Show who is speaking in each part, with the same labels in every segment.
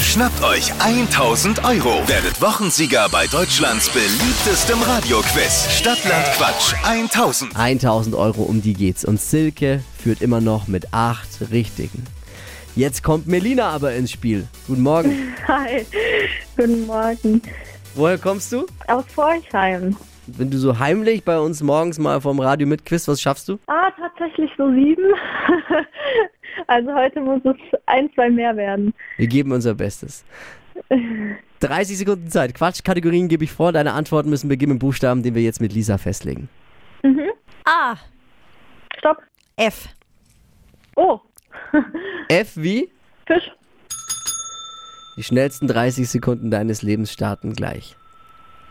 Speaker 1: Schnappt euch 1000 Euro. Werdet Wochensieger bei Deutschlands beliebtestem Radioquiz. Stadtland Quatsch 1000.
Speaker 2: 1000 Euro, um die geht's. Und Silke führt immer noch mit acht Richtigen. Jetzt kommt Melina aber ins Spiel. Guten Morgen.
Speaker 3: Hi, guten Morgen.
Speaker 2: Woher kommst du?
Speaker 3: Aus Forchheim.
Speaker 2: Wenn du so heimlich bei uns morgens mal vom Radio mitquiz, was schaffst du?
Speaker 3: Ah, tatsächlich so sieben. also heute muss es ein, zwei mehr werden.
Speaker 2: Wir geben unser Bestes. 30 Sekunden Zeit. Quatschkategorien gebe ich vor. Deine Antworten müssen beginnen mit Buchstaben, den wir jetzt mit Lisa festlegen.
Speaker 4: A.
Speaker 3: Stopp.
Speaker 4: F.
Speaker 3: Oh,
Speaker 2: F wie?
Speaker 3: Fisch.
Speaker 2: Die schnellsten 30 Sekunden deines Lebens starten gleich.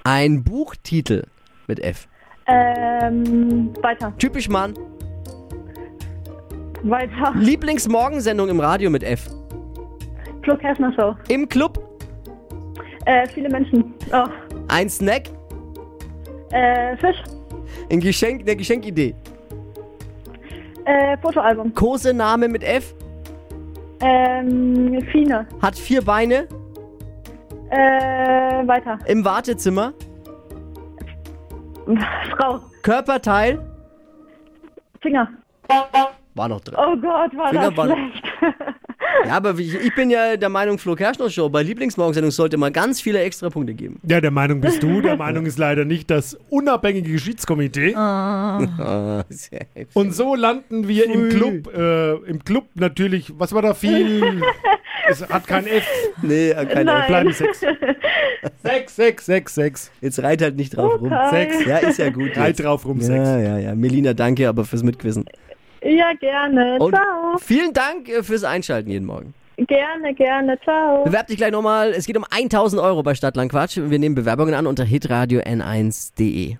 Speaker 2: Ein Buchtitel mit F.
Speaker 3: Ähm, weiter,
Speaker 2: Typisch Mann.
Speaker 3: weiter.
Speaker 2: Lieblingsmorgensendung im Radio mit F.
Speaker 3: Flo Kessner Show.
Speaker 2: Im Club.
Speaker 3: Äh, viele Menschen. Oh,
Speaker 2: Ein Snack.
Speaker 3: äh, Fisch.
Speaker 2: Ein Geschenk, eine Geschenkidee.
Speaker 3: Äh, Fotoalbum.
Speaker 2: Kosename mit F.
Speaker 3: Ähm, Fine.
Speaker 2: Hat vier Beine.
Speaker 3: Äh, weiter.
Speaker 2: Im Wartezimmer.
Speaker 3: Frau.
Speaker 2: Körperteil.
Speaker 3: Finger.
Speaker 2: War noch drin.
Speaker 3: Oh Gott, war das
Speaker 2: Fingerball.
Speaker 3: schlecht.
Speaker 2: Ja, aber ich, ich bin ja der Meinung, Flo Kerschner Show bei Lieblingsmorgensendung sollte mal ganz viele extra Punkte geben.
Speaker 5: Ja, der Meinung bist du. Der Meinung ist leider nicht das unabhängige Geschichtskomitee. Ah, Und so landen wir im Club. Äh, Im Club natürlich, was war da viel? es hat kein F.
Speaker 2: nee, äh, kein
Speaker 3: Nein.
Speaker 2: F.
Speaker 5: Bleiben sechs. Sechs, sechs, sechs, sechs.
Speaker 2: Jetzt reit halt nicht drauf rum.
Speaker 3: Okay.
Speaker 5: Sechs.
Speaker 2: Ja, ist ja gut.
Speaker 5: Drei
Speaker 2: Jetzt.
Speaker 5: drauf rum, sechs.
Speaker 2: Ja, ja, ja. Melina, danke aber fürs Mitquissen.
Speaker 3: ja, gerne. Ciao.
Speaker 2: vielen Dank äh, fürs Einschalten jeden Morgen.
Speaker 3: Gerne, gerne. Ciao.
Speaker 2: Bewerb dich gleich nochmal. Es geht um 1000 Euro bei Stadtland Quatsch. Wir nehmen Bewerbungen an unter hitradio n1.de.